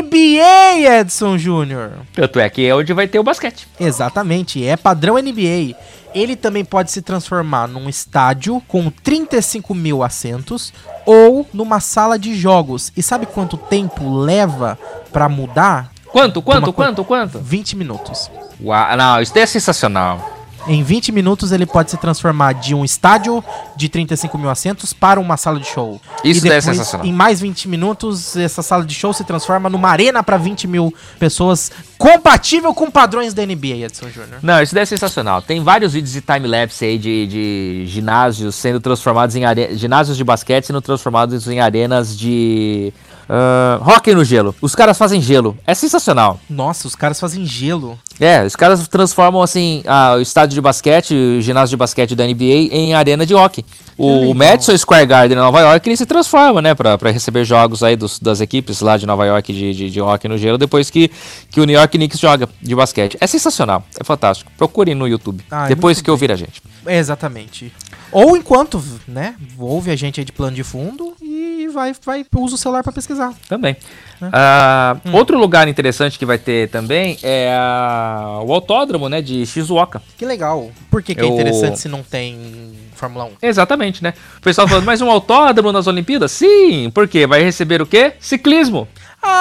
NBA, Edson Júnior. Tanto é que é onde vai ter o basquete. Exatamente, é padrão NBA. Ele também pode se transformar num estádio com 35 mil assentos ou numa sala de jogos. E sabe quanto tempo leva pra mudar? Quanto, quanto, Uma co- quanto, quanto? 20 minutos. Uau, não, isso daí é sensacional. Em 20 minutos ele pode se transformar de um estádio de 35 mil assentos para uma sala de show. Isso e daí é depois, sensacional. Em mais 20 minutos, essa sala de show se transforma numa arena para 20 mil pessoas, compatível com padrões da NBA, Edson Júnior. Não, isso daí é sensacional. Tem vários vídeos de time-lapse aí de, de ginásios sendo transformados em arenas. Ginásios de basquete sendo transformados em arenas de. ah, hockey no gelo. Os caras fazem gelo. É sensacional. Nossa, os caras fazem gelo. É, os caras transformam assim a- o estádio de basquete, o ginásio de basquete da NBA em arena de hockey. O, legal. Madison Square Garden em Nova York ele se transforma, né, pra, pra receber jogos aí dos- das equipes lá de Nova York de, de, de hockey no gelo depois que, que o New York Knicks joga de basquete. É sensacional, é fantástico. Procurem no YouTube Ah, é depois muito que ouvir a gente. É, exatamente. Ou enquanto, né, ouve a gente aí de plano de fundo e vai, vai usa o celular para pesquisar. Também. Ah, Outro lugar interessante que vai ter também é a- o autódromo, né, de Shizuoka. Que legal. Por que, que é Eu- interessante se não tem Fórmula 1? Exatamente, né? O pessoal falando, mas um autódromo nas Olimpíadas? Sim, porque vai receber o quê? Ciclismo.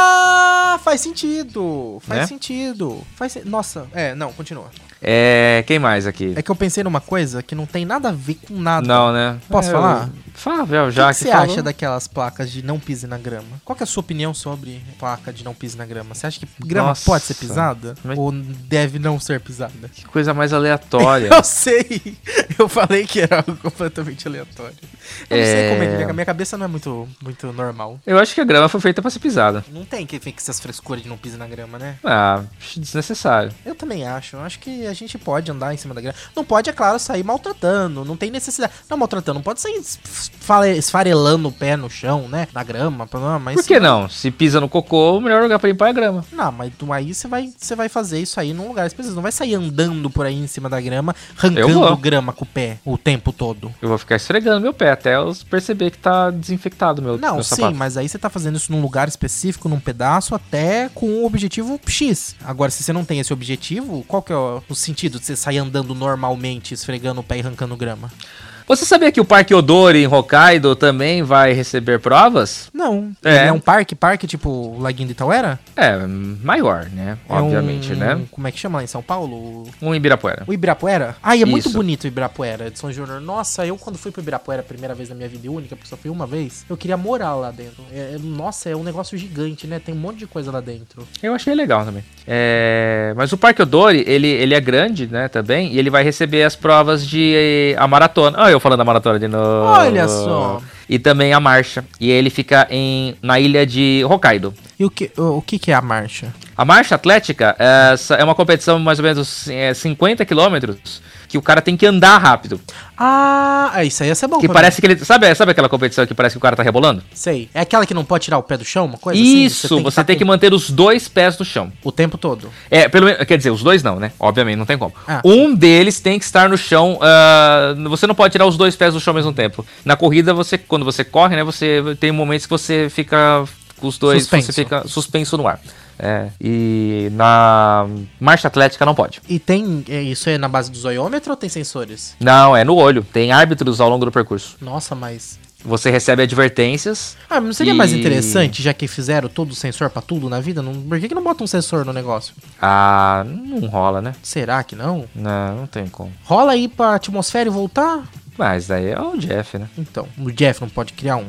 Ah, faz sentido. Faz Né? sentido. Faz sen- Nossa, é, não, continua. É, quem mais aqui? É que eu pensei numa coisa que não tem nada a ver com nada. Não, né? Posso É, falar? eu- Fável, O já que que você falou. acha daquelas placas de não pise na grama? Qual que é a sua opinião sobre placa de não pise na grama? Você acha que grama Nossa. pode ser pisada? Mas- Ou deve não ser pisada? Que coisa mais aleatória. Eu sei! Eu falei que era algo completamente aleatório. Eu não sei É. como é que minha, minha cabeça não é muito, muito normal. Eu acho que a grama foi feita pra ser pisada. Não tem que ficar essas frescuras de não pise na grama, né? Ah, acho desnecessário. Eu também acho. Eu acho que a gente pode andar em cima da grama. Não pode, é claro, sair maltratando. Não tem necessidade. Não maltratando, não pode sair es- fale- esfarelando o pé no chão, né? Na grama, não, é? mas. Por que não? Se pisa no cocô, o melhor lugar pra limpar é a grama. Não, mas tu- aí você vai, você vai fazer isso aí num lugar específico. Não vai sair andando por aí em cima da grama, Eu arrancando vou. grama com o pé o tempo todo. Eu vou ficar esfregando meu pé até eu perceber que tá desinfectado meu, Não, meu sim, sapato. mas aí você tá fazendo isso num lugar específico, num pedaço, até com um objetivo X. Agora, se você não tem esse objetivo, qual que é o, o sentido de você sair andando normalmente, esfregando o pé e arrancando grama? Você sabia que o Parque Odori em Hokkaido também vai receber provas? Não. É. É, um parque, parque tipo o Laguinho de Itauera? É, maior, né? É Obviamente, um- né? Como é que chama lá em São Paulo? O- Um Ibirapuera. O Ibirapuera? Ai, é muito Isso. bonito o Ibirapuera de São Júnior. Nossa, eu quando fui pro Ibirapuera a primeira vez na minha vida e única, porque só fui uma vez, eu queria morar lá dentro. É- é- nossa, é um negócio gigante, né? Tem um monte de coisa lá dentro. Eu achei legal também. É, mas o Parque Odori, ele, ele é grande, né, também, e ele vai receber as provas de eh, a maratona. Ah, eu falando da maratona de novo. Olha só. E também a marcha. E ele fica em, na ilha de Hokkaido. E o que, o, o que que é a marcha? A marcha atlética é, essa é uma competição mais ou menos é, 50 quilômetros que o cara tem que andar rápido. Ah, é, isso aí ia ser bom. Que pra parece que ele. Sabe, sabe aquela competição que parece que o cara tá rebolando? mim. Sei. É aquela que não pode tirar o pé do chão, uma coisa assim? Isso, é, você, tá tem que com- manter os dois pés no chão. O tempo todo. É, pelo menos. Quer dizer, os dois não, né? Obviamente, não tem como. Ah. Um deles tem que estar no chão. ah, você não pode tirar os dois pés do chão ao mesmo tempo. Na corrida, você, quando você corre, né? Você tem momentos que você fica com os dois. Suspenso. Você fica suspenso no ar. É, e na marcha atlética não pode. E tem. é, Isso é na base do zoiômetro ou tem sensores? Não, é no olho. Tem árbitros ao longo do percurso. Nossa, mas. Você recebe advertências. Ah, mas não seria mais E- interessante, já que fizeram todo o sensor pra tudo na vida? Não, por que, que não bota um sensor no negócio? Ah, não rola, né? Será que não? Não, não tem como. Rola aí pra atmosfera e voltar? Mas daí é o Jeff, né? Então, o Jeff não pode criar um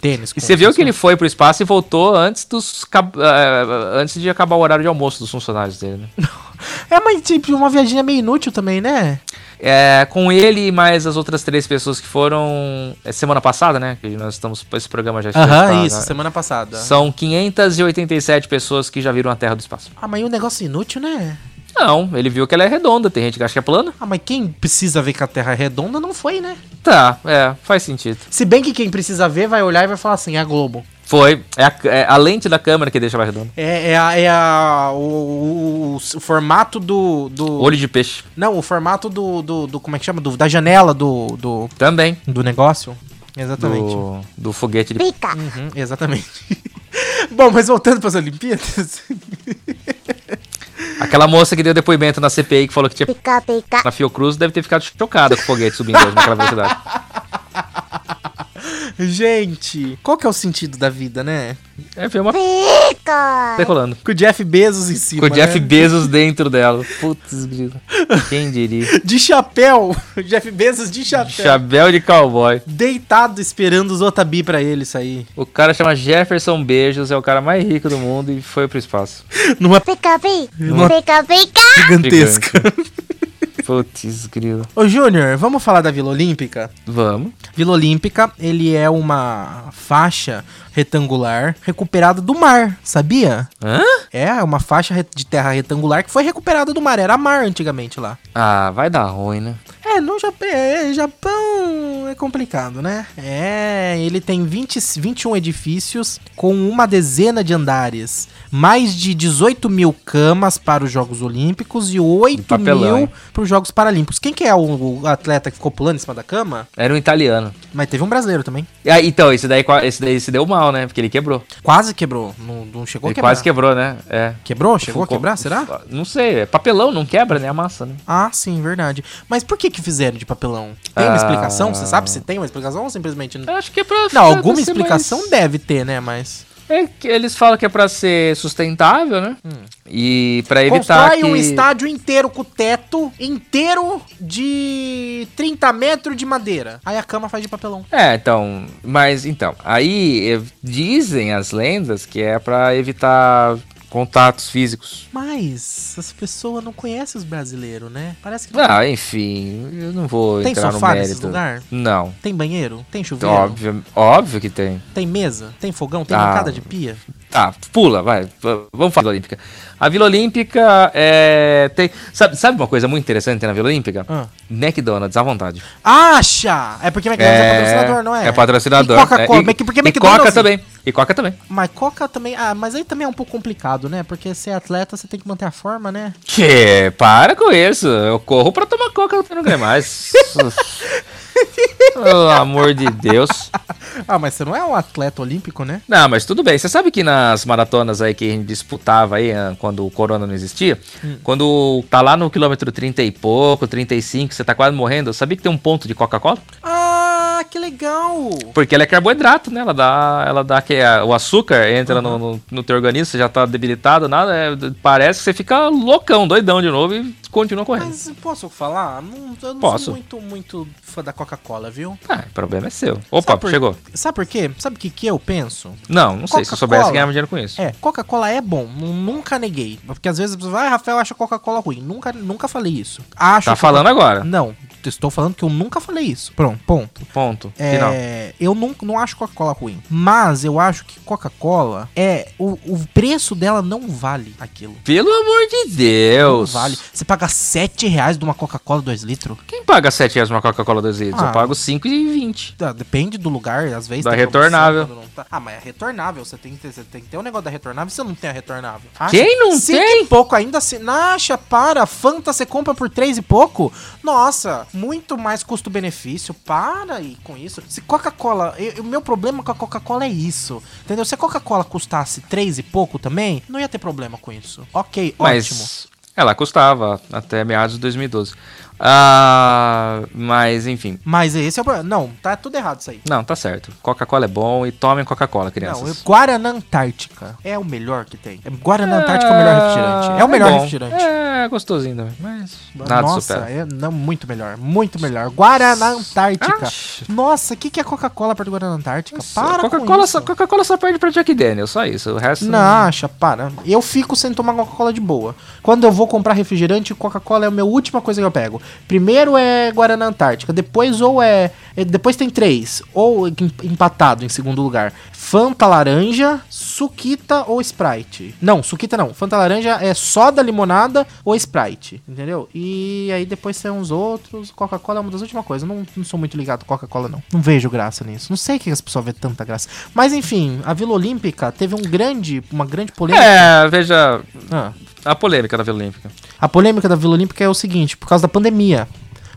tênis. E você viu que ele foi pro espaço e voltou antes dos cab- ah, antes de acabar o horário de almoço dos funcionários dele, né? É, mas tipo, uma viadinha meio inútil também, né? É, com ele e mais as outras três pessoas que foram é, semana passada, né? Que nós estamos esse programa já está na- semana passada. São 587 pessoas que já viram a Terra do espaço. Ah, mas é um negócio inútil, né? Não, ele viu que ela é redonda, tem gente que acha que é plana. Ah, mas quem precisa ver que a Terra é redonda não foi, né? Tá, é, faz sentido. Se bem que quem precisa ver vai olhar e vai falar assim, é a Globo. Foi. É a, é a lente da câmera que deixa mais redonda. É, é, a, é a- o, o- o formato do... do... Olho de peixe. Não, o formato do, do, do- Como é que chama? Do- da janela do, do, Também. do negócio. Exatamente. Do, do foguete de. Uhum, exatamente. Bom, mas voltando para as Olimpíadas. Aquela moça que deu depoimento na CPI que falou que tinha Pica, pica, na Fiocruz deve ter ficado chocada com o foguete subindo hoje naquela velocidade. Gente, qual que é o sentido da vida, né? É, foi uma p pica. decolando. Com o Jeff Bezos em cima. Com o Jeff né? Bezos dentro dela. Putz, grilo. Quem diria? De chapéu. O Jeff Bezos de chapéu. Chapéu de cowboy. Deitado esperando os Otabi pra ele sair. O cara chama Jefferson Beijos, é o cara mais rico do mundo e foi pro espaço. Numa Pica, pica. Uma- Pica, pica. gigantesca. Putz, grilo. Ô, Júnior, vamos falar da Vila Olímpica? Vamos. Vila Olímpica, ele é uma faixa retangular recuperada do mar, sabia? Hã? É, uma faixa re- de terra retangular que foi recuperada do mar. Era mar antigamente lá. Ah, vai dar ruim, né? É, no Japão, é, Japão é complicado, né? É, ele tem 20, 21 edifícios com uma dezena de andares, mais de 18 mil camas para os Jogos Olímpicos e 8 Um Papelão, mil hein? para os Jogos Paralímpicos. Quem que é o, o atleta que ficou pulando em cima da cama? Era um italiano. Mas teve um brasileiro também. Ah, então, esse daí, qua- esse daí se deu mal, né? Porque ele quebrou. Quase quebrou, não, não chegou Ele a quebrar. quase quebrou, né? É. Quebrou? Chegou Ficou- a quebrar, será? Não sei, é papelão, não quebra, né? A massa, né? Ah, sim, verdade. Mas por que que fizeram de papelão? Tem uma Ah. explicação? Você sabe se tem uma explicação ou simplesmente não? Eu acho que é pra. Não, alguma explicação deve ter, né? Mas. É que eles falam que é pra ser sustentável, né? E pra evitar Hum. Constrói que... um estádio inteiro com teto, inteiro de 30 metros de madeira. Aí a cama faz de papelão. É, então, mas então, aí eh, dizem as lendas que é pra evitar contatos físicos. Mas as pessoas não conhecem os brasileiros, né? Parece que não Ah, enfim, eu não vou Tem entrar no sofá mérito. nesse lugar? Não. tem banheiro, tem chuveiro, Óbvio, óbvio que tem. tem mesa, tem fogão, tem Ah. bancada de pia. Tá, pula, vai. v- Vamos falar da Vila Olímpica. A Vila Olímpica é. Tem, sabe, sabe uma coisa muito interessante que tem na Vila Olímpica? Ah. McDonald's, à vontade. Acha! É porque McDonald's é, patrocinador, não é? É patrocinador. E é, Coca-Cola, e- Mac- porque e McDonald's... Coca também. E Coca também. Mas Coca também... Ah, mas aí também é um pouco complicado, né? Porque ser atleta, você tem que manter a forma, né? Que? Para com isso. Eu corro pra tomar coca, eu não ganho mais. Pelo amor de Deus. Ah, mas você não é um atleta olímpico, né? Não, mas tudo bem. Você sabe que nas maratonas aí que a gente disputava aí, ah, quando o corona não existia, Hum. quando tá lá no quilômetro 30 e pouco, 35, você tá quase morrendo, sabia que tem um ponto de Coca-Cola? Ah, que legal! Porque ela é carboidrato, né? Ela dá, ela dá que é- o açúcar entra no, no, no teu organismo, você já tá debilitado, nada. é- parece que você fica loucão, doidão de novo e continua correndo. Mas posso falar? Não, eu não É. Posso. sou muito, muito fã da Coca-Cola, viu? Ah, o problema é seu. Opa, Sabe por- chegou. Sabe por quê? Sabe o que, que eu penso? Não, não sei. Se eu soubesse, Coca-Cola. ganhava dinheiro com isso. É, Coca-Cola é bom, nu- nunca neguei. Porque às vezes a pessoa, ah, Rafael acha Coca-Cola ruim. Nunca, nunca falei isso. Acho tá Coca- falando agora. Não, estou falando que eu nunca falei isso. Pronto, ponto. Ponto. Final. É, eu não, não acho Coca-Cola ruim. Mas eu acho que Coca-Cola é. O, o preço dela não vale aquilo. Pelo amor de Não Deus. vale. Você paga 7 reais de uma Coca-Cola 2 litros? Quem paga 7 reais uma Coca-Cola 2 litros? Ah. Eu pago 5,20. Ah, Depende do lugar, às vezes. Da tem promoção, retornável. quando não tá. Ah, mas é retornável. Você tem, que ter, você tem que ter um negócio da retornável. Você não tem a retornável. Quem não cinco tem? e pouco ainda. Se, acha, para. Fanta você compra por três e pouco. Nossa, muito mais custo-benefício. Para aí com isso. Se Coca-Cola. eu- O meu problema com a Coca-Cola é isso. Entendeu? Se a Coca-Cola custasse três e pouco também, não ia ter problema com isso. Ok, ótimo. Mas ela custava até meados de 2012. Ah, mas enfim. Mas esse é o problema. Não, tá tudo errado isso aí. Não, tá certo. Coca-Cola é bom e tomem Coca-Cola, crianças. Não, eu- Guaraná Antártica é o melhor que tem. Guaraná Antártica é o melhor refrigerante. É o melhor Ah, bom. refrigerante. É gostosinho também, mas nada Nossa, supera. é não, muito melhor, muito melhor. Guaraná Antártica. Acho. Nossa, o que, que é Coca-Cola perto do Guaraná Antártica? Para com Coca-Cola isso. só, Coca-Cola só perde pra Jack Daniels, só isso. O resto Não, acha, para. Eu fico sem tomar Coca-Cola de boa. Quando eu vou comprar refrigerante, Coca-Cola é a minha última coisa que eu pego. Primeiro é Guaraná Antártica, depois ou é... é- Depois tem três, ou em- empatado em segundo lugar. Fanta laranja, suquita ou Sprite. Não, suquita não. Fanta laranja é soda, limonada ou Sprite, entendeu? E aí depois tem uns outros. Coca-Cola é uma das últimas coisas. Eu Não, não sou muito ligado com Coca-Cola, não. Não vejo graça nisso. Não sei o que as pessoas vê tanta graça. Mas enfim, a Vila Olímpica teve um grande, uma grande polêmica. É, veja Ah. a polêmica da Vila Olímpica. A polêmica da Vila Olímpica é o seguinte, por causa da pandemia.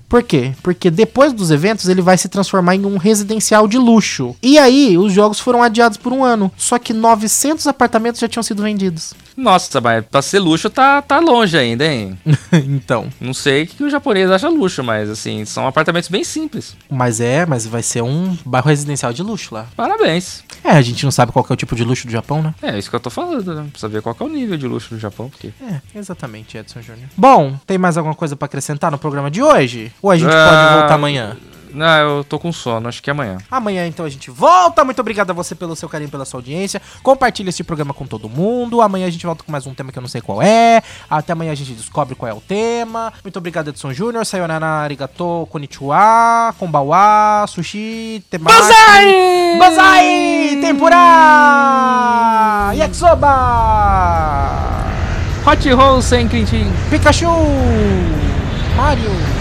Por quê? Porque depois dos eventos ele vai se transformar em um residencial de luxo. E aí, os jogos foram adiados por um ano. Só que 900 apartamentos já tinham sido vendidos. Nossa, mas pra ser luxo tá, tá longe ainda, hein? então. Não sei o que o japonês acha luxo, mas assim, são apartamentos bem simples. Mas é, mas vai ser um bairro residencial de luxo lá. Parabéns. É, a gente não sabe qual que é o tipo de luxo do Japão, né? É isso que eu tô falando, né? Precisa ver qual que é o nível de luxo do Japão, porque. É, exatamente, Edson Júnior. Bom, tem mais alguma coisa pra acrescentar no programa de hoje? Ou a gente pode Ah. voltar amanhã? Não, Ah, eu tô com sono, acho que é amanhã. Amanhã, então, a gente volta. Muito obrigado a você pelo seu carinho, pela sua audiência. Compartilha este programa com todo mundo. Amanhã a gente volta com mais um tema que eu não sei qual é. Até amanhã a gente descobre qual é o tema. Muito obrigado, Edson Júnior. Sayonara, arigato, konnichiwa, konbawa, sushi, temaki. Banzai! Banzai! Tempura! Yakisoba! Hot Roll sem Quintin. Pikachu! Mario!